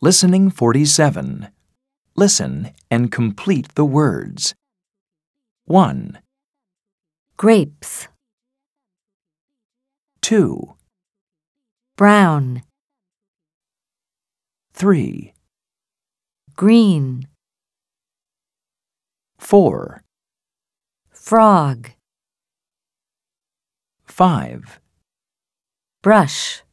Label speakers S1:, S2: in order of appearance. S1: Listening 47. Listen and complete the words. 1,
S2: grapes,
S1: 2,
S2: brown,
S1: 3,
S2: green,
S1: 4,
S2: frog,
S1: 5.
S2: brush.